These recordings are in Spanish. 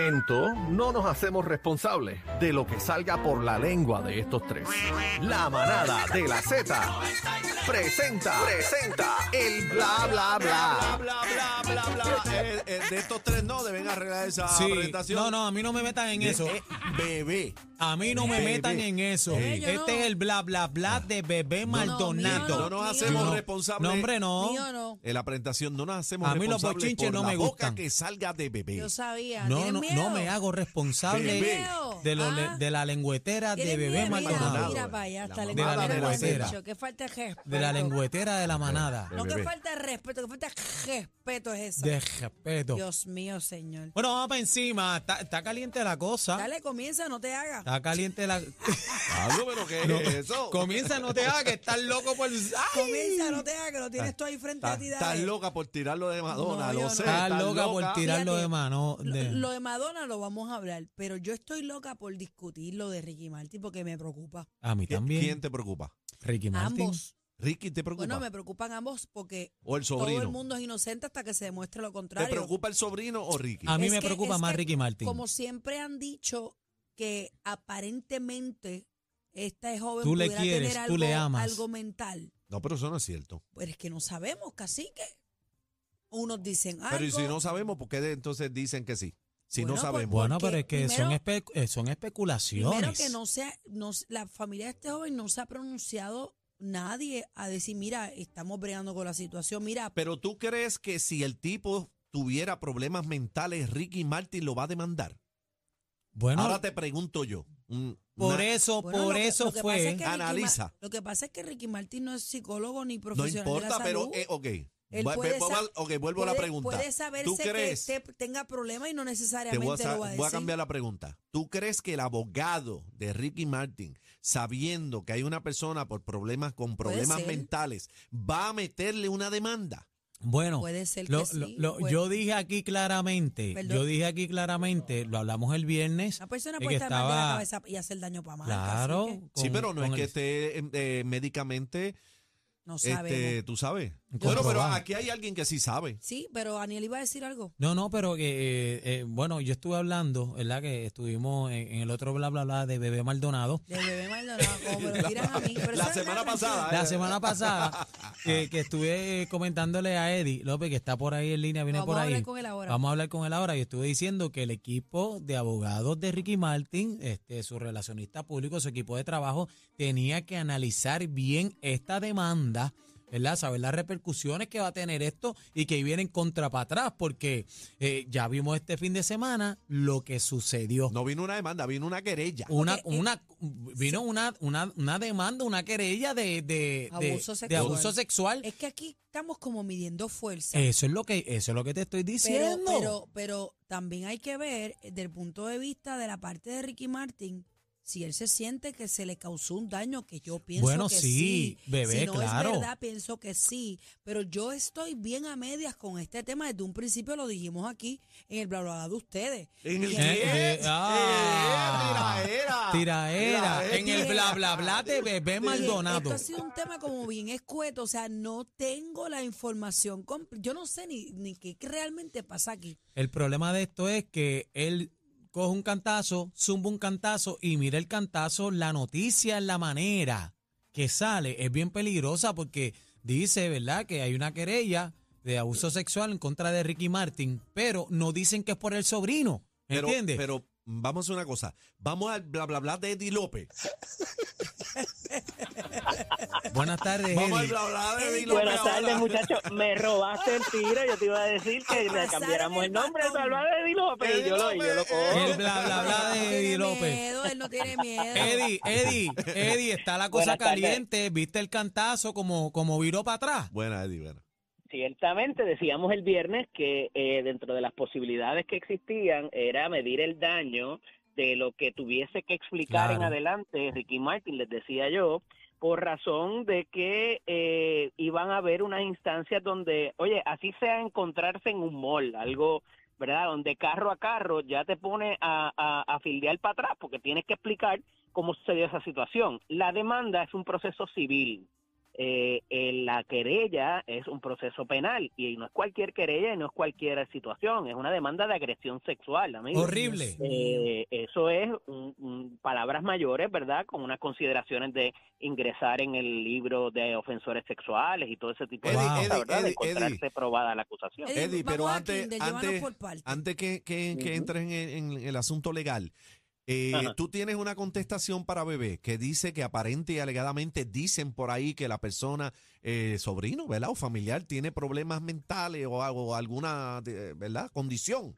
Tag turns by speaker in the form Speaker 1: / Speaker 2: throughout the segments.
Speaker 1: momento no nos hacemos responsables de lo que salga por la lengua de estos tres. La manada de la Z presenta, presenta el bla bla bla.
Speaker 2: bla, bla, bla, bla, bla. Eh, eh, de estos tres no deben arreglar esa
Speaker 3: Sí.
Speaker 2: presentación.
Speaker 3: No, no, a mí no me metan en
Speaker 2: Eh,
Speaker 3: eso.
Speaker 2: eh, bebé.
Speaker 3: A mí no me
Speaker 2: Bebé.
Speaker 3: metan en eso.
Speaker 2: Ey.
Speaker 4: Yo
Speaker 3: Este
Speaker 4: no.
Speaker 3: es el bla bla bla de bebé
Speaker 2: No,
Speaker 3: Maldonado.
Speaker 4: No,
Speaker 2: nos
Speaker 4: mío.
Speaker 2: hacemos
Speaker 4: No.
Speaker 2: responsables.
Speaker 3: No, hombre, no.
Speaker 4: Mío no.
Speaker 2: En Eh, la presentación no nos hacemos
Speaker 3: A mí los
Speaker 2: responsables
Speaker 3: bochinches
Speaker 2: por
Speaker 3: no
Speaker 2: la
Speaker 3: me
Speaker 2: boca
Speaker 3: gustan.
Speaker 2: que salga de bebé.
Speaker 4: Yo sabía.
Speaker 3: No,
Speaker 4: ¿Tienes
Speaker 3: no,
Speaker 4: miedo?
Speaker 3: no me hago responsable
Speaker 2: Bebé.
Speaker 3: de, lo-
Speaker 4: Ah.
Speaker 3: de la lengüetera de
Speaker 4: ¿Tienes
Speaker 3: bebé
Speaker 4: miedo? Mira,
Speaker 3: Maldonado.
Speaker 4: Mira, para allá, hasta
Speaker 2: La
Speaker 4: la
Speaker 3: mamá
Speaker 4: lengüetera
Speaker 3: de
Speaker 4: lo has
Speaker 3: lengüetera.
Speaker 4: dicho, Que falta de respeto.
Speaker 3: De la lengüetera de la manada.
Speaker 2: Bebé.
Speaker 4: No, que falta de respeto, que falta de respeto es eso.
Speaker 3: De respeto.
Speaker 4: Dios mío, señor.
Speaker 3: Bueno, vamos para encima. Está, está caliente la cosa.
Speaker 4: Dale, comienza, no te hagas.
Speaker 3: Ah. Está caliente la.
Speaker 2: Algo, Ah, pero ¿qué es eso?
Speaker 3: Comienza, no te hagas que estás loco por. ¡Ay!
Speaker 4: Comienza, no te hagas, que lo tienes tú ahí frente a
Speaker 2: Estás
Speaker 4: ti.
Speaker 2: estás
Speaker 4: dale.
Speaker 2: loca por tirarlo de Madonna,
Speaker 4: No,
Speaker 2: lo
Speaker 4: yo
Speaker 2: sé.
Speaker 4: no.
Speaker 3: Estás loca por tirarlo
Speaker 4: Fíjate,
Speaker 3: de mano.
Speaker 4: Lo,
Speaker 3: de-
Speaker 4: lo de Madonna lo vamos a hablar, pero yo estoy loca por discutir lo de Ricky Martin porque me preocupa.
Speaker 3: A mí
Speaker 2: ¿Qui-
Speaker 3: también.
Speaker 2: ¿Quién te preocupa?
Speaker 3: Ricky Martin.
Speaker 4: Ambos.
Speaker 2: ¿Ricky te preocupa?
Speaker 4: Bueno, me preocupan ambos porque
Speaker 2: ¿O el
Speaker 4: todo el
Speaker 2: sobrino?
Speaker 4: mundo es inocente hasta que se demuestre lo
Speaker 2: ¿Te
Speaker 4: contrario.
Speaker 2: preocupa el sobrino o Ricky?
Speaker 3: A mí
Speaker 4: Es
Speaker 3: me
Speaker 4: que-
Speaker 3: preocupa
Speaker 4: es
Speaker 3: más
Speaker 4: que
Speaker 3: Ricky Martin.
Speaker 4: Como siempre han dicho que aparentemente esta joven
Speaker 3: Tú le
Speaker 4: pudiera
Speaker 3: quieres,
Speaker 4: tener
Speaker 3: tú
Speaker 4: algo,
Speaker 3: le amas.
Speaker 4: algo mental.
Speaker 2: No, pero eso no es cierto.
Speaker 4: Pero es que no sabemos, cacique. Unos dicen algo.
Speaker 2: Pero ¿y si no sabemos, por qué de- entonces dicen que sí? Si no
Speaker 4: Bueno, pues, por-
Speaker 2: sabemos.
Speaker 3: Bueno,
Speaker 4: Porque
Speaker 3: pero es que son, espe- eh, son especulaciones.
Speaker 4: Primero que no sea, no, se- la familia de este joven no se ha pronunciado nadie a decir, mira, estamos bregando con la situación, mira,
Speaker 2: Pero tú crees que si el tipo tuviera problemas mentales, Ricky Martin lo va a demandar.
Speaker 3: Bueno,
Speaker 2: Ahora te pregunto yo. Mm, un-
Speaker 3: por
Speaker 2: una-
Speaker 3: eso,
Speaker 4: Bueno,
Speaker 3: por
Speaker 4: lo que-
Speaker 3: eso
Speaker 4: lo que pasa
Speaker 3: fue.
Speaker 4: es que Ricky Ma-
Speaker 2: Analiza.
Speaker 4: lo que pasa es que Ricky Martín no es psicólogo ni
Speaker 2: No
Speaker 4: profesional. de la
Speaker 2: importa, pero
Speaker 4: salud.
Speaker 2: eh, ok.
Speaker 4: Él
Speaker 2: Va-
Speaker 4: puede
Speaker 2: va-
Speaker 4: sa-
Speaker 2: va- ok, vuelvo a la
Speaker 4: Puede-
Speaker 2: pregunta.
Speaker 4: Puede saberse
Speaker 2: ¿Tú crees?
Speaker 4: que este tenga problemas y no
Speaker 2: Te voy a,
Speaker 4: necesariamente
Speaker 2: sa-
Speaker 4: lo va a decir.
Speaker 2: voy a cambiar la pregunta. ¿Tú crees que el abogado de Ricky Martin, sabiendo que hay una persona por problemas con
Speaker 4: Puede
Speaker 2: problemas
Speaker 4: ser.
Speaker 2: mentales, va a meterle una demanda?
Speaker 3: Bueno,
Speaker 4: Puede ser que
Speaker 3: lo-
Speaker 4: sí,
Speaker 3: lo- lo-
Speaker 4: puede-
Speaker 3: yo dije aquí claramente,
Speaker 4: Perdón.
Speaker 3: yo dije aquí claramente, lo hablamos el viernes.
Speaker 4: Una persona
Speaker 3: de
Speaker 4: puede
Speaker 3: que
Speaker 4: estar mal de la
Speaker 3: estaba-
Speaker 4: cabeza y hacer daño para más.
Speaker 3: Claro.
Speaker 4: así que
Speaker 2: sí,
Speaker 3: con-
Speaker 2: pero no es
Speaker 3: con
Speaker 2: que
Speaker 3: el-
Speaker 2: esté eh, eh, médicamente,
Speaker 4: No
Speaker 2: este,
Speaker 4: sabemos.
Speaker 2: tú sabes. Bueno,
Speaker 3: Comprobado.
Speaker 2: pero aquí hay alguien que sí sabe.
Speaker 4: Sí, pero Aniel iba a decir algo.
Speaker 3: No, no, pero que, eh, eh, bueno, yo estuve hablando, ¿verdad? Que estuvimos en, en el otro bla, bla, bla de Bebé Maldonado.
Speaker 4: De bebé Maldonado, como me lo tiran a mí. Pero
Speaker 2: La
Speaker 4: eso es
Speaker 2: semana
Speaker 4: una
Speaker 2: pasada,
Speaker 4: tranquila.
Speaker 3: La semana pasada, eh, que estuve eh, comentándole a Eddie López, que está por ahí en línea, viene
Speaker 4: Vamos
Speaker 3: por
Speaker 4: a
Speaker 3: ahí.
Speaker 4: hablar con él ahora.
Speaker 3: Vamos a hablar con él ahora. Yo estuve diciendo que el equipo de abogados de Ricky Martin, este, su relacionista público, su equipo de trabajo, tenía que analizar bien esta demanda, ¿verdad? Saber las repercusiones que va a tener esto y que vienen contra para atrás, porque eh, ya vimos este fin de semana lo que sucedió.
Speaker 2: No vino una demanda, vino una querella.
Speaker 3: Una,
Speaker 4: Porque, eh,
Speaker 3: una, vino una, una, una demanda, una querella de, de, de-
Speaker 4: Abuso
Speaker 3: de
Speaker 4: sexual.
Speaker 3: abuso sexual.
Speaker 4: Es que aquí estamos como midiendo fuerza.
Speaker 3: Eso es lo que, eso es lo que te estoy
Speaker 4: pero,
Speaker 3: diciendo.
Speaker 4: pero, pero también hay que ver desde el punto de vista de la parte de Ricky Martin si él se siente que se le causó un daño que yo pienso
Speaker 3: Bueno,
Speaker 4: que
Speaker 3: sí,
Speaker 4: sí,
Speaker 3: bebé,
Speaker 4: si no
Speaker 3: claro.
Speaker 4: es verdad pienso que sí pero yo estoy bien a medias con este tema desde un principio lo dijimos aquí en el bla bla bla de ustedes
Speaker 2: En el
Speaker 4: Y-
Speaker 3: Eh,
Speaker 2: qué?
Speaker 3: eh, ah.
Speaker 2: Eh, tiraera.
Speaker 3: Tiraera.
Speaker 2: Tiraera.
Speaker 3: En el bla bla bla de bebé
Speaker 4: y
Speaker 3: Maldonado.
Speaker 4: esto ha sido un tema como bien escueto o sea no tengo la información comp- yo no sé ni, ni qué realmente pasa aquí
Speaker 3: El problema de esto es que él coge un cantazo, zumba un cantazo y mira el cantazo, la noticia, la manera que sale es bien peligrosa porque dice, ¿verdad?, que hay una querella de abuso sexual en contra de Ricky Martin, pero no dicen que es por el sobrino.
Speaker 2: Pero-
Speaker 3: ¿Entiendes?
Speaker 2: Pero vamos a hacer una cosa. Vamos al bla bla bla de Eddie López.
Speaker 3: Buenas tardes.
Speaker 2: Vamos al
Speaker 3: Eddie.
Speaker 2: bla bla de Eddie López.
Speaker 5: Buenas tardes,
Speaker 2: ahora.
Speaker 5: muchachos. Me robaste el tiro. Yo te iba a decir que le
Speaker 4: Abrazaron
Speaker 5: cambiáramos
Speaker 4: el
Speaker 5: el nombre
Speaker 4: batón.
Speaker 5: de Salvador de Di López.
Speaker 2: Eddie
Speaker 5: Y yo lo, y yo lo
Speaker 2: López,
Speaker 5: cojo.
Speaker 2: eh.
Speaker 3: El bla bla bla
Speaker 4: Él no
Speaker 3: de Eddie
Speaker 4: tiene
Speaker 3: López.
Speaker 4: miedo, él no tiene miedo
Speaker 3: Eddie, Eddie, Eddie, está la cosa
Speaker 5: Buenas tardes.
Speaker 3: caliente. ¿Viste el cantazo como, como viró para atrás?
Speaker 2: Buena, Eddie, buena.
Speaker 5: Ciertamente decíamos el viernes que eh, dentro de las posibilidades que existían era medir el daño de lo que tuviese que explicar en
Speaker 3: Claro.
Speaker 5: adelante Ricky Martin, les decía yo, por razón de que eh, iban a haber unas instancias donde, oye, así sea encontrarse en un mall, algo, ¿verdad? Donde carro a carro ya te pone a, a, a fildear para atrás porque tienes que explicar cómo sucedió esa situación. La demanda es un proceso civil. Eh, eh, en la querella es un proceso penal y no es cualquier querella y no es cualquier situación, es una demanda de agresión sexual, amigo.
Speaker 3: Horrible.
Speaker 5: Eh, eso es un- un- palabras mayores, ¿verdad? Con unas consideraciones de ingresar en el libro de ofensores sexuales y todo ese tipo de
Speaker 3: Eddie,
Speaker 5: cosas,
Speaker 2: Eddie,
Speaker 5: ¿verdad?
Speaker 2: Eddie,
Speaker 5: de encontrarse
Speaker 2: Eddie.
Speaker 5: probada la acusación.
Speaker 4: Eddie,
Speaker 2: Eddie,
Speaker 4: vamos
Speaker 2: pero
Speaker 4: a
Speaker 2: antes-
Speaker 4: Kindle, llévanos
Speaker 2: antes-
Speaker 4: por parte.
Speaker 2: Antes que, que, que
Speaker 5: Ujú.
Speaker 2: entres en, en- en el asunto legal, eh,
Speaker 5: Ajá.
Speaker 2: tú tienes una contestación para bebé que dice que aparente y alegadamente dicen por ahí que la persona, eh, sobrino, ¿verdad? O familiar tiene problemas mentales o, algo- alguna, de- ¿verdad? Condición.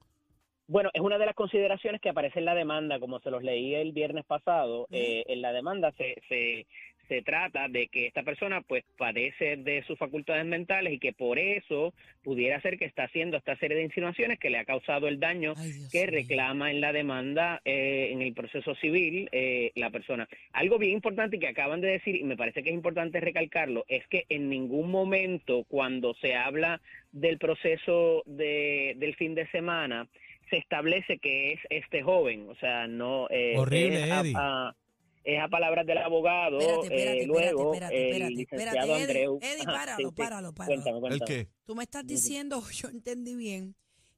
Speaker 5: Bueno, es una de las consideraciones que aparece en la demanda, como se los leí el viernes pasado, eh, en la demanda se, se, se trata de que esta persona pues padece de sus facultades mentales y que por eso pudiera ser que está haciendo esta serie de insinuaciones que le ha causado el daño
Speaker 4: Ay, Dios
Speaker 5: que
Speaker 4: mío.
Speaker 5: reclama en la demanda eh, en el proceso civil eh, la persona. Algo bien importante que acaban de decir y me parece que es importante recalcarlo es que en ningún momento cuando se habla del proceso de- del fin de semana se establece que es este joven, o sea, no eh,
Speaker 3: Horrible,
Speaker 5: es a-
Speaker 3: Eddie.
Speaker 5: a- es a palabras del abogado,
Speaker 4: Espérate,
Speaker 5: eh,
Speaker 4: espérate,
Speaker 5: luego eh,
Speaker 4: espérate,
Speaker 5: el
Speaker 4: espérate, espérate,
Speaker 5: licenciado
Speaker 4: Eddie,
Speaker 5: Andreu.
Speaker 4: Eddie,
Speaker 5: Ajá,
Speaker 4: páralo,
Speaker 5: sí, sí.
Speaker 4: páralo, páralo.
Speaker 5: Cuéntame,
Speaker 2: ¿El
Speaker 5: cuéntame.
Speaker 2: qué?
Speaker 4: Tú me estás
Speaker 5: Ujú.
Speaker 4: diciendo, yo entendí bien,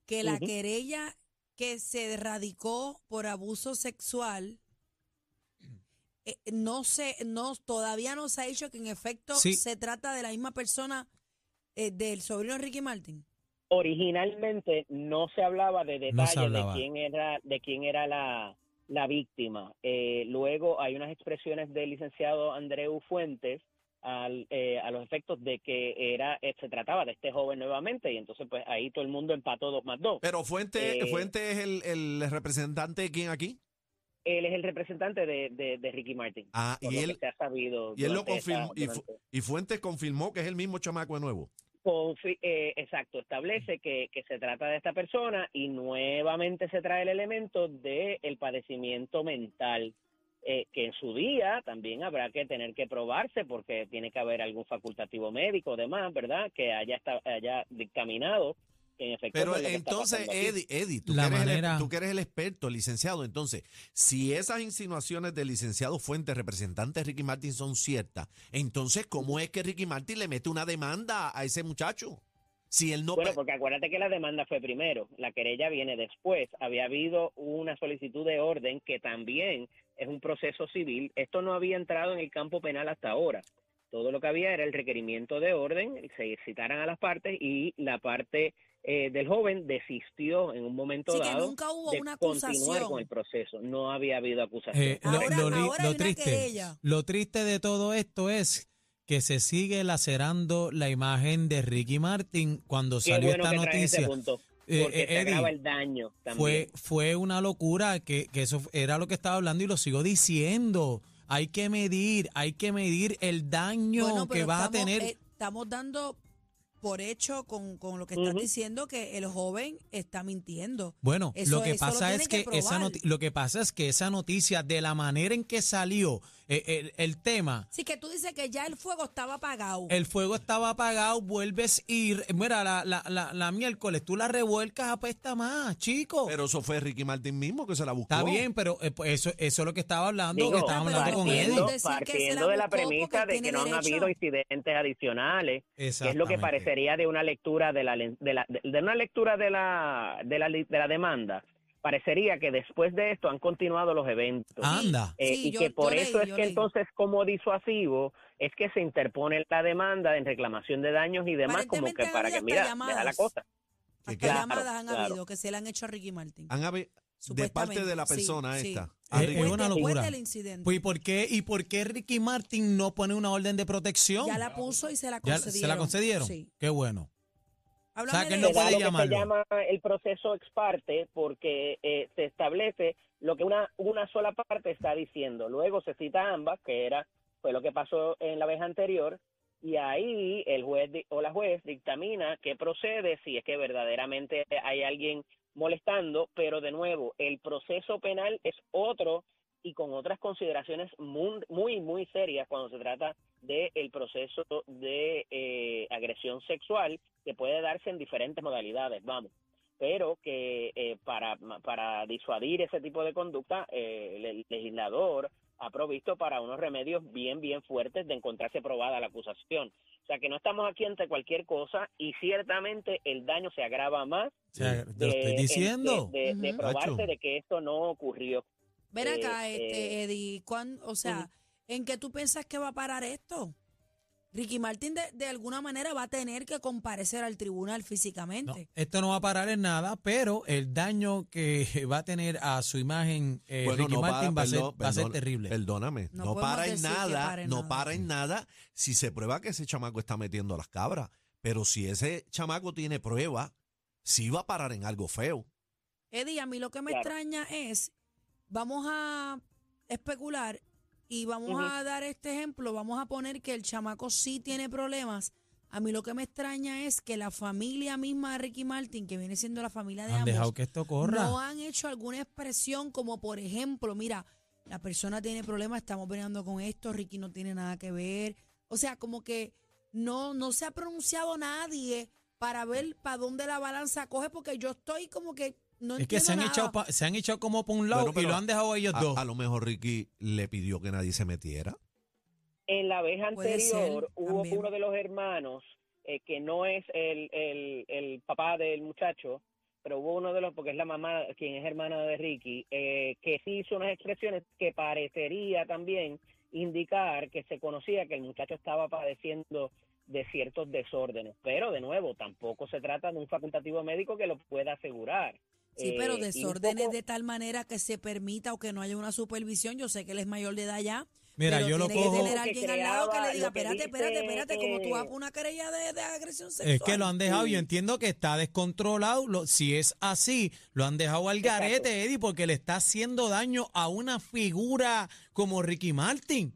Speaker 4: que la
Speaker 5: Ujú.
Speaker 4: querella que se radicó por abuso sexual eh, no se, no, todavía no se ha dicho que en efecto
Speaker 3: Sí.
Speaker 4: se trata de la misma persona eh, del sobrino Ricky Martin.
Speaker 5: originalmente no se hablaba de detalles
Speaker 3: hablaba.
Speaker 5: de quién era de quién era la, la víctima. Eh, luego hay unas expresiones del licenciado Andreu Fuentes al, eh, a los efectos de que era eh, se trataba de este joven nuevamente y entonces pues ahí todo el mundo empató dos más dos.
Speaker 2: Pero Fuente,
Speaker 5: Eh,
Speaker 2: Fuente es el, el representante de quién aquí.
Speaker 5: Él es el representante de, de, de Ricky Martin.
Speaker 2: Ah,
Speaker 5: por
Speaker 2: y
Speaker 5: lo que
Speaker 2: él,
Speaker 5: se ha sabido
Speaker 2: y él lo
Speaker 5: durante esta-
Speaker 2: confirmó. Y,
Speaker 5: durante-
Speaker 2: Fu- y Fuentes confirmó que es el mismo chamaco de nuevo.
Speaker 5: Confi- eh, exacto, establece que, que se trata de esta persona y nuevamente se trae el elemento del el padecimiento mental, eh, que en su día también habrá que tener que probarse porque tiene que haber algún facultativo médico, demás, ¿verdad? Que haya, esta- haya dictaminado que en efecto.
Speaker 2: Pero
Speaker 5: eso es pues, lo que está
Speaker 2: entonces,
Speaker 5: pasando aquí.
Speaker 2: Eddie, Eddie tú,
Speaker 3: La
Speaker 2: que eres el-
Speaker 3: manera-
Speaker 2: tú que eres el experto, el licenciado, entonces, si esas insinuaciones del licenciado Fuentes, representante de Ricky Martin, son ciertas, entonces, ¿cómo es que Ricky Martin le mete una demanda a ese muchacho? Si él no...
Speaker 5: Bueno, pues,
Speaker 2: pa-
Speaker 5: porque acuérdate que la demanda fue primero, la querella viene después. Había habido una solicitud de orden que también es un proceso civil. Esto no había entrado en el campo penal hasta ahora. Todo lo que había era el requerimiento de orden, se citaran a las partes y la parte eh, del joven desistió en un momento
Speaker 4: Así que
Speaker 5: dado
Speaker 4: nunca hubo
Speaker 5: de
Speaker 4: una
Speaker 5: continuar
Speaker 4: acusación.
Speaker 5: con el proceso. No había habido acusación.
Speaker 3: Eh, lo,
Speaker 4: Ahora-
Speaker 3: lo li-
Speaker 4: ahora
Speaker 3: lo
Speaker 4: hay una
Speaker 3: triste,
Speaker 4: querella.
Speaker 3: lo triste de todo esto es que se sigue lacerando la imagen de Ricky Martin cuando
Speaker 5: Qué
Speaker 3: salió
Speaker 5: bueno
Speaker 3: esta
Speaker 5: que traes ese
Speaker 3: noticia.
Speaker 5: punto,
Speaker 3: Eh,
Speaker 5: porque
Speaker 3: eh,
Speaker 5: se
Speaker 3: Eddie,
Speaker 5: agrava el daño también.
Speaker 3: Fue, fue una locura, que, que eso era lo que estaba hablando y lo sigo diciendo. Hay que medir, hay que medir el daño
Speaker 4: Bueno,
Speaker 3: que
Speaker 4: pero
Speaker 3: vas
Speaker 4: estamos,
Speaker 3: a tener.
Speaker 4: eh, estamos dando por hecho con, con lo que estás
Speaker 5: Ujú.
Speaker 4: diciendo que el joven está mintiendo.
Speaker 3: Bueno,
Speaker 4: Eso-
Speaker 3: lo que
Speaker 4: eso lo
Speaker 3: pasa es
Speaker 4: tienen
Speaker 3: que,
Speaker 4: que
Speaker 3: esa
Speaker 4: probar.
Speaker 3: noti- lo que pasa es que esa noticia de la manera en que salió eh, el, el tema,
Speaker 4: Así que tú dices que ya el fuego estaba apagado.
Speaker 3: el fuego estaba apagado, vuelves y re- mira la, la, la, la miércoles tú la revuelcas apesta más, chico.
Speaker 2: Pero eso fue Ricky Martin mismo que se la buscó.
Speaker 3: Está bien, pero eh, pues eso eso es lo que estaba hablando, que
Speaker 5: Digo,
Speaker 3: estábamos hablando con
Speaker 4: partiendo-
Speaker 3: Eddie.
Speaker 4: Eddie. decir que se
Speaker 5: partiendo
Speaker 4: la
Speaker 5: de la
Speaker 4: buscó porque
Speaker 5: premisa de
Speaker 4: tiene
Speaker 5: que no han
Speaker 4: derecho.
Speaker 5: habido incidentes adicionales, que es lo que
Speaker 3: Exactamente.
Speaker 5: parecería de una lectura de la len- de, la- de- de una lectura de la, de la li- de la demanda. Parecería que después de esto han continuado los eventos.
Speaker 3: Anda.
Speaker 5: Eh,
Speaker 4: Sí,
Speaker 5: y
Speaker 4: yo-
Speaker 5: que por
Speaker 4: yo
Speaker 5: eso
Speaker 4: leí,
Speaker 5: es
Speaker 4: yo
Speaker 5: que
Speaker 4: leí.
Speaker 5: entonces como disuasivo es que se interpone la demanda en reclamación de daños y demás como
Speaker 4: Aparentemente
Speaker 5: que
Speaker 4: han
Speaker 5: para
Speaker 4: habido
Speaker 5: que
Speaker 4: hasta
Speaker 5: mira,
Speaker 4: llamadas.
Speaker 5: deja la cosa.
Speaker 4: Hasta
Speaker 2: claro,
Speaker 4: llamadas han
Speaker 5: claro.
Speaker 4: habido que se le han hecho a Ricky Martin.
Speaker 3: Ah,
Speaker 2: Han habi- de
Speaker 4: Supuestamente,
Speaker 2: parte de la
Speaker 4: sí,
Speaker 2: persona
Speaker 4: sí.
Speaker 2: esta.
Speaker 3: Es-
Speaker 2: a
Speaker 3: es
Speaker 2: Ricky-
Speaker 4: Después-
Speaker 3: una
Speaker 4: después
Speaker 3: locura.
Speaker 4: del incidente.
Speaker 3: Pues, ¿y por qué y por qué Ricky Martin no pone una orden de protección?
Speaker 4: ya la puso y se la
Speaker 3: Ya,
Speaker 4: concedieron.
Speaker 3: se la concedieron.
Speaker 4: Sí.
Speaker 3: Qué bueno.
Speaker 4: Háblame
Speaker 3: O sea, que
Speaker 4: de
Speaker 3: no
Speaker 5: se da
Speaker 3: puede
Speaker 5: lo que se
Speaker 3: llamarlo.
Speaker 5: llama el proceso ex parte porque eh, se establece lo que una, una sola parte está diciendo. Luego se cita ambas, que era fue lo que pasó en la vez anterior, y ahí el juez di- o la juez dictamina que procede si es que verdaderamente hay alguien molestando, pero de nuevo, el proceso penal es otro y con otras consideraciones muy, muy, muy serias cuando se trata del proceso de eh, agresión sexual que puede darse en diferentes modalidades, vamos, pero que eh, para, para disuadir ese tipo de conducta, eh, el el legislador ha provisto para unos remedios bien, bien fuertes de encontrarse probada la acusación. O sea que no estamos aquí ante cualquier cosa y ciertamente el daño se agrava más
Speaker 3: O sea, te lo
Speaker 5: de-
Speaker 3: estoy
Speaker 5: en-
Speaker 3: diciendo.
Speaker 5: de, de- de
Speaker 4: Ujú.
Speaker 5: probarse
Speaker 2: Nacho.
Speaker 5: de que esto no ocurrió.
Speaker 4: Ven
Speaker 5: Eh,
Speaker 4: acá, este,
Speaker 5: eh,
Speaker 4: Eddie, ¿cuán- o sea, ¿en qué tú piensas que va a parar esto? Ricky Martín de, de alguna manera va a tener que comparecer al tribunal
Speaker 3: No,
Speaker 4: físicamente.
Speaker 3: esto no va a parar en nada, pero el daño que va a tener a su imagen eh, Ricky Martin va, a ser,
Speaker 2: perdón,
Speaker 3: va a ser
Speaker 2: perdón,
Speaker 3: terrible.
Speaker 2: Perdóname,
Speaker 4: No
Speaker 2: no,
Speaker 4: podemos
Speaker 2: para en
Speaker 4: decir que
Speaker 2: nada,
Speaker 4: pare en
Speaker 2: no
Speaker 4: nada.
Speaker 2: para en nada si se prueba que ese chamaco está metiendo las cabras. Pero si ese chamaco tiene prueba, sí va a parar en algo feo.
Speaker 4: Eddie, a mí lo que me
Speaker 5: Claro.
Speaker 4: extraña es, vamos a especular y vamos
Speaker 5: Ujú.
Speaker 4: a dar este ejemplo, vamos a poner que el chamaco sí tiene problemas. A mí lo que me extraña es que la familia misma de Ricky Martin, que viene siendo la familia de
Speaker 3: Han
Speaker 4: ambos,
Speaker 3: dejado que esto corra.
Speaker 4: no han hecho alguna expresión como por ejemplo, mira, la persona tiene problemas, estamos peleando con esto, Ricky no tiene nada que ver. O sea, como que no, no se ha pronunciado nadie para ver para dónde la balanza coge, porque yo estoy como que no
Speaker 3: es que se han,
Speaker 4: entiendo
Speaker 3: echado
Speaker 4: nada.
Speaker 3: pa- se han echado como por un lado
Speaker 2: Bueno,
Speaker 3: y
Speaker 2: pero
Speaker 3: lo han dejado a ellos
Speaker 2: A,
Speaker 3: dos.
Speaker 2: a lo mejor Ricky le pidió que nadie se metiera.
Speaker 5: En la vez
Speaker 4: Puede ser,
Speaker 5: anterior hubo
Speaker 4: también.
Speaker 5: uno de los hermanos eh, que no es el, el, el papá del muchacho, pero hubo uno de los, porque es la mamá quien es hermana de Ricky, eh, que sí hizo unas expresiones que parecería también indicar que se conocía que el muchacho estaba padeciendo de ciertos desórdenes. Pero de nuevo, tampoco se trata de un facultativo médico que lo pueda asegurar.
Speaker 4: Sí,
Speaker 5: Eh,
Speaker 4: pero
Speaker 5: y un
Speaker 4: desórdenes
Speaker 5: poco-
Speaker 4: de tal manera que se permita o que no haya una supervisión. Yo sé que él es mayor de edad ya.
Speaker 3: Mira,
Speaker 4: pero
Speaker 3: yo lo
Speaker 4: tiene que
Speaker 3: cojo.
Speaker 4: tener a
Speaker 5: Lo que
Speaker 4: alguien al lado que
Speaker 5: creaba,
Speaker 4: le diga,
Speaker 5: lo que
Speaker 4: espérate, espérate,
Speaker 5: dice,
Speaker 4: espérate, como tú
Speaker 5: eh,
Speaker 4: hagas una querella de, de agresión sexual.
Speaker 3: Es que lo han dejado,
Speaker 5: Sí.
Speaker 3: yo entiendo que está descontrolado. lo- si es así, lo han dejado al
Speaker 5: Exacto.
Speaker 3: garete, Eddie, porque le está haciendo daño a una figura como Ricky Martin.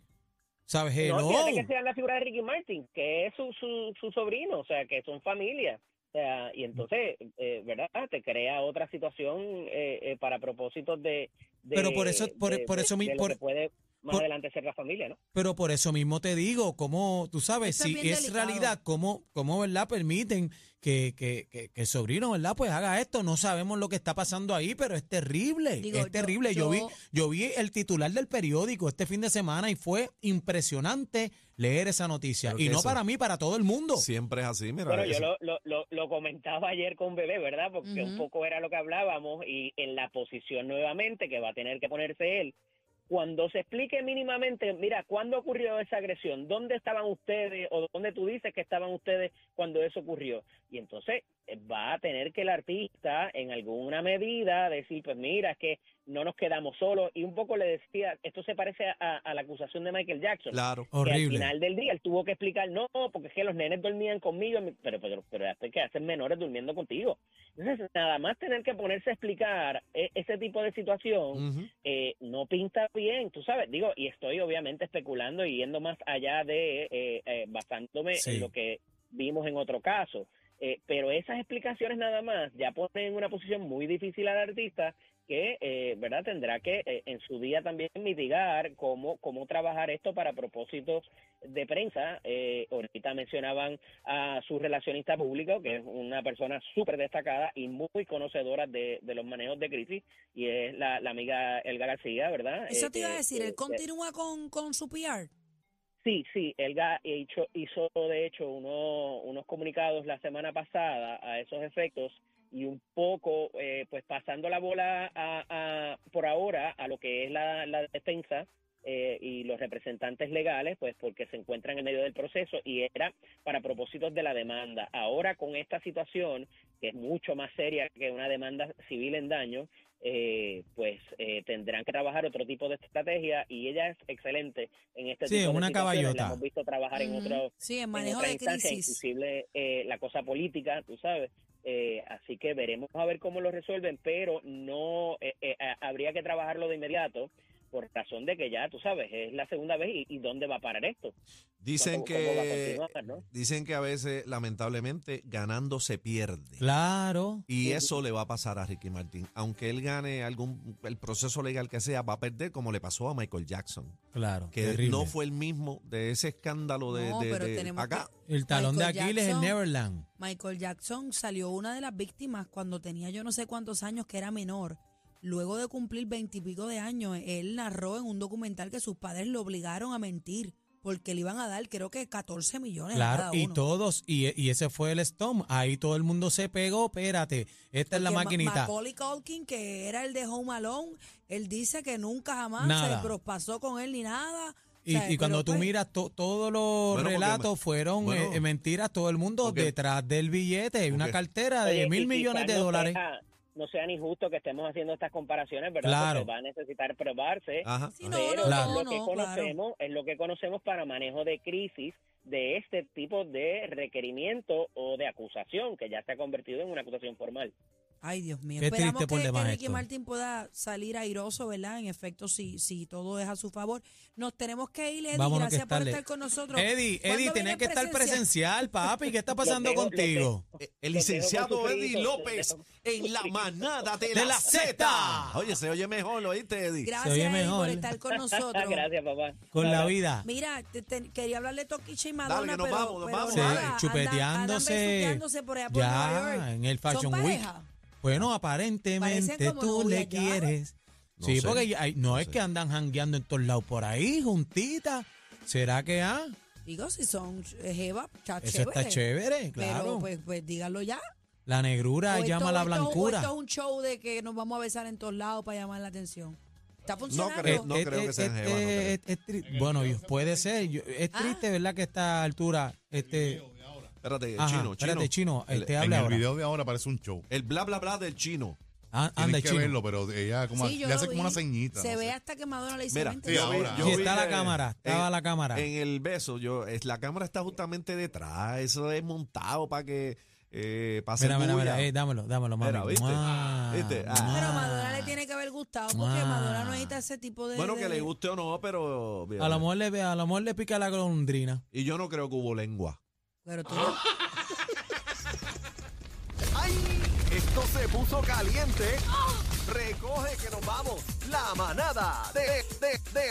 Speaker 3: ¿Sabes? Hello.
Speaker 5: No, fíjate que sea la figura de Ricky Martin, que es su, su, su sobrino, o sea, que son familia. O sea, y entonces, eh, ¿verdad? Te crea otra situación eh, eh, para propósitos de, de-
Speaker 3: Pero por eso- por-
Speaker 5: de-
Speaker 3: por
Speaker 5: de-
Speaker 3: eso mi-
Speaker 5: de lo
Speaker 3: por-
Speaker 5: que puede más
Speaker 3: por-
Speaker 5: adelante ser la familia, ¿no?
Speaker 3: Pero por eso mismo te digo, como tú sabes,
Speaker 4: Esto es
Speaker 3: si
Speaker 4: bien
Speaker 3: es
Speaker 4: delicado.
Speaker 3: realidad, ¿cómo, cómo verdad, permiten que, que, que- que el sobrino, ¿verdad? Pues haga esto. No sabemos lo que está pasando ahí, pero es terrible.
Speaker 4: Digo, yo-
Speaker 3: es terrible. Yo, vi,
Speaker 4: yo-
Speaker 3: yo vi el titular del periódico este fin de semana y fue impresionante leer esa noticia.
Speaker 2: Creo
Speaker 3: Y
Speaker 2: que
Speaker 3: no
Speaker 2: eso-
Speaker 3: para mí, para todo el mundo.
Speaker 2: Siempre es así, mira.
Speaker 5: Bueno, yo
Speaker 2: eso.
Speaker 5: lo, lo, lo, lo comentaba ayer con Bebé, ¿verdad? Porque un
Speaker 4: Ujú.
Speaker 5: poco era lo que hablábamos y en la posición nuevamente que va a tener que ponerse él. Cuando se explique mínimamente, mira, ¿cuándo ocurrió esa agresión? ¿Dónde estaban ustedes o dónde tú dices que estaban ustedes cuando eso ocurrió? Y entonces eh, va a tener que el artista en alguna medida decir, pues mira, es que no nos quedamos solos. Y un poco le decía, esto se parece a- a, a la acusación de Michael Jackson
Speaker 2: Claro.
Speaker 5: que al
Speaker 3: Horrible.
Speaker 5: final del día él tuvo que explicar, no, porque es que los nenes dormían conmigo, mi- pero, pero, pero hasta que hacen menores durmiendo contigo. Entonces, nada más tener que ponerse a explicar eh, ese tipo de
Speaker 3: Mm.
Speaker 5: situación
Speaker 2: Ujú.
Speaker 5: eh, no pinta bien, tú sabes, digo, y estoy obviamente especulando y yendo más allá de, eh, eh, basándome
Speaker 3: Sí.
Speaker 5: en lo que vimos en otro caso, Eh, pero esas explicaciones nada más ya ponen en una posición muy difícil al artista que, eh, ¿verdad? Tendrá que eh, en su día también mitigar cómo, cómo trabajar esto para propósitos de prensa. Eh, ahorita mencionaban a su relacionista público, que es una persona súper destacada y muy conocedora de, de los manejos de crisis, y es la, la amiga Elga García, ¿verdad?
Speaker 4: Eso
Speaker 5: Eh,
Speaker 4: te iba a
Speaker 5: que-
Speaker 4: decir,
Speaker 5: que-
Speaker 4: él
Speaker 5: que-
Speaker 4: continúa con, con su PR.
Speaker 5: Sí, sí, Elga hecho, hizo de hecho uno- unos comunicados la semana pasada a esos efectos y un poco eh, pues pasando la bola a, a- por ahora a lo que es la, la defensa eh, y los representantes legales pues porque se encuentran en medio del proceso y era para propósitos de la demanda. Ahora con esta situación que es mucho más seria que una demanda civil en daño, eh, pues eh, tendrán que trabajar otro tipo de estrategia y ella es excelente en este
Speaker 3: Sí,
Speaker 5: tipo de
Speaker 3: una
Speaker 5: situaciones.
Speaker 3: caballota.
Speaker 5: La hemos visto trabajar en
Speaker 4: Ujú.
Speaker 5: otro
Speaker 4: Sí, en
Speaker 5: en
Speaker 4: manejo
Speaker 5: otras
Speaker 4: de
Speaker 5: instancias,
Speaker 4: crisis.
Speaker 5: inclusive eh, la cosa política, tú sabes. Eh, así que veremos a ver cómo lo resuelven, pero no eh, eh, a- habría que trabajarlo de inmediato por razón de que ya, tú sabes, es la segunda vez y, y dónde va a parar esto.
Speaker 2: Dicen
Speaker 5: ¿Cómo- cómo va a
Speaker 2: que,
Speaker 5: continuar, no?
Speaker 2: dicen que a veces, lamentablemente, ganando se pierde.
Speaker 3: Claro.
Speaker 2: Y
Speaker 5: Ujú.
Speaker 2: eso le va a pasar a Ricky Martin. Aunque él gane algún el proceso legal que sea, va a perder como le pasó a Michael Jackson.
Speaker 3: Claro.
Speaker 2: Que
Speaker 3: terrible.
Speaker 2: no fue el mismo de ese escándalo de,
Speaker 4: No,
Speaker 2: de-
Speaker 4: pero
Speaker 2: de-
Speaker 4: tenemos
Speaker 2: acá.
Speaker 3: el talón de
Speaker 4: Michael
Speaker 3: Aquiles en
Speaker 4: Jackson.
Speaker 3: Neverland.
Speaker 4: Michael Jackson salió una de las víctimas cuando tenía yo no sé cuántos años que era menor, luego de cumplir veintipico de años, él narró en un documental que sus padres lo obligaron a mentir porque le iban a dar creo que 14 millones a
Speaker 3: Claro,
Speaker 4: Ah, cada
Speaker 3: y
Speaker 4: uno.
Speaker 3: todos, y, y ese fue el stomp. Ahí todo el mundo se pegó, espérate, esta es la
Speaker 4: Porque Ma-
Speaker 3: maquinita.
Speaker 4: Macaulay Culkin, que era el de Home Alone, él dice que nunca jamás
Speaker 3: Nada.
Speaker 4: se prospasó con él ni nada.
Speaker 3: Y,
Speaker 4: O sea,
Speaker 3: y cuando
Speaker 4: pero,
Speaker 3: tú
Speaker 4: pues,
Speaker 3: miras to- todos los
Speaker 2: Bueno, porque
Speaker 3: relatos
Speaker 2: ma-
Speaker 3: fueron
Speaker 2: bueno.
Speaker 3: eh, mentiras, todo el mundo
Speaker 2: Porque-
Speaker 3: detrás del billete, hay una
Speaker 2: porque-
Speaker 3: cartera de
Speaker 5: Oye,
Speaker 3: mil
Speaker 5: y
Speaker 3: millones de
Speaker 5: quizás no
Speaker 3: dólares.
Speaker 5: sea- no sea ni justo que estemos haciendo estas comparaciones, ¿verdad?
Speaker 3: Claro.
Speaker 5: Porque va a necesitar probarse.
Speaker 2: Ajá.
Speaker 4: Sí, no,
Speaker 5: pero
Speaker 4: no,
Speaker 3: Claro.
Speaker 5: es
Speaker 4: no,
Speaker 5: lo que
Speaker 4: no, claro.
Speaker 5: conocemos es lo que conocemos para manejo de crisis de este tipo de requerimiento o de acusación que ya se ha convertido en una acusación formal.
Speaker 4: Ay, Dios mío.
Speaker 3: Qué
Speaker 4: Esperamos
Speaker 3: triste
Speaker 4: que,
Speaker 3: por
Speaker 4: que
Speaker 3: demás
Speaker 4: Ricky
Speaker 3: esto.
Speaker 4: Martin pueda salir airoso, ¿verdad? En efecto, si, si todo es a su favor. Nos tenemos que ir, Eddie.
Speaker 3: Vámonos, que
Speaker 4: Gracias
Speaker 3: está
Speaker 4: por
Speaker 3: le-
Speaker 4: estar con nosotros.
Speaker 3: Eddie,
Speaker 4: ¿Cuándo
Speaker 3: Eddie, tenés
Speaker 4: viene
Speaker 3: que estar presencial, papi. ¿Qué está pasando
Speaker 5: tengo, lo
Speaker 3: contigo?
Speaker 2: Eh, El
Speaker 5: Los dejo con
Speaker 2: licenciado
Speaker 5: sus
Speaker 2: Eddie
Speaker 5: gritos,
Speaker 2: López
Speaker 5: los dejo
Speaker 2: en la manada de
Speaker 3: De
Speaker 2: la,
Speaker 3: la
Speaker 2: Z.
Speaker 3: Zeta.
Speaker 2: Oye, se oye mejor, ¿lo oíste, Eddie?
Speaker 4: Gracias,
Speaker 3: oye
Speaker 4: Eddie,
Speaker 3: mejor. ¿eh?
Speaker 4: por estar con nosotros.
Speaker 5: Gracias, papá.
Speaker 3: Con la
Speaker 5: Bye, bye.
Speaker 3: vida.
Speaker 4: Mira, te- te- quería hablarle de Toquicha y Madonna,
Speaker 2: Dale, que nos
Speaker 4: pero,
Speaker 2: vamos, nos
Speaker 4: pero
Speaker 2: vamos.
Speaker 3: Sí,
Speaker 4: nada, andan- andan
Speaker 3: chupeteándose.
Speaker 4: besuqueándose por allá por Nueva York.
Speaker 3: ya, en el
Speaker 4: ¿Son
Speaker 3: Fashion Week.
Speaker 4: pareja?
Speaker 3: Bueno, aparentemente
Speaker 4: Parecen como
Speaker 3: tú
Speaker 4: novia
Speaker 3: le
Speaker 4: ya.
Speaker 3: quieres.
Speaker 2: No
Speaker 3: sí,
Speaker 2: sé,
Speaker 3: porque ya hay- no,
Speaker 2: no
Speaker 3: es
Speaker 2: sé.
Speaker 3: que andan jangueando en todos lados por ahí, juntitas. ¿Será que ah?
Speaker 4: Digo, si son eh, jeva, está
Speaker 3: Eso
Speaker 4: chévere.
Speaker 3: está chévere, claro.
Speaker 4: Pero pues, pues díganlo ya.
Speaker 3: la negrura
Speaker 4: O esto-
Speaker 3: llama a la
Speaker 4: o esto es un- o
Speaker 3: blancura.
Speaker 4: Esto es un show de que nos vamos a besar en todos lados para llamar la atención. Está funcionando.
Speaker 2: creo, no.
Speaker 3: Eh,
Speaker 2: creo
Speaker 3: eh,
Speaker 2: que sean
Speaker 3: eh,
Speaker 2: jevas, no creo.
Speaker 3: eh, es tri- Bueno, yo- puede ser. yo- es
Speaker 4: Ah.
Speaker 3: triste, ¿verdad? Que a esta altura. Este,
Speaker 2: Espérate, el
Speaker 3: Ajá,
Speaker 2: chino,
Speaker 3: espérate, chino,
Speaker 2: El,
Speaker 3: este,
Speaker 6: en
Speaker 3: habla
Speaker 6: el
Speaker 3: ahora.
Speaker 6: video de ahora parece un show.
Speaker 2: el bla, bla, bla del chino.
Speaker 3: Ah,
Speaker 6: Tienes
Speaker 3: anda,
Speaker 6: que
Speaker 3: chino.
Speaker 6: verlo, pero ella como,
Speaker 4: Sí, yo lo
Speaker 6: le hace
Speaker 4: vi.
Speaker 6: como una ceñita.
Speaker 4: Se
Speaker 6: no
Speaker 4: ve
Speaker 6: sé.
Speaker 4: hasta que Madonna le dice
Speaker 2: Mira,
Speaker 4: "Vente,
Speaker 6: Sí,
Speaker 2: yo
Speaker 4: vamos".
Speaker 2: vi-
Speaker 6: ahora.
Speaker 2: yo
Speaker 3: Sí,
Speaker 2: vi
Speaker 3: está la
Speaker 2: que
Speaker 3: cámara, estaba la cámara.
Speaker 2: En el beso, yo, es, la cámara está justamente detrás, eso es montado para que eh, pase
Speaker 3: Mira, mira, mira.
Speaker 2: bulla.
Speaker 3: eh, dámelo, dámelo, mami.
Speaker 2: Mira, ¿viste?
Speaker 3: Mua,
Speaker 2: ¿Viste? Ah.
Speaker 3: mua.
Speaker 4: Pero Madonna le tiene que haber gustado porque
Speaker 3: Ah.
Speaker 4: Madonna no necesita ese tipo de.
Speaker 2: Bueno, que
Speaker 4: de-
Speaker 2: le guste o no, pero... mira,
Speaker 3: A lo mejor le, a lo mejor le pica la golondrina.
Speaker 2: Y yo no creo que hubo lengua.
Speaker 4: Pero tú-
Speaker 1: ¡Ay! Esto se puso caliente. Recoge que nos vamos. La manada de, de, de,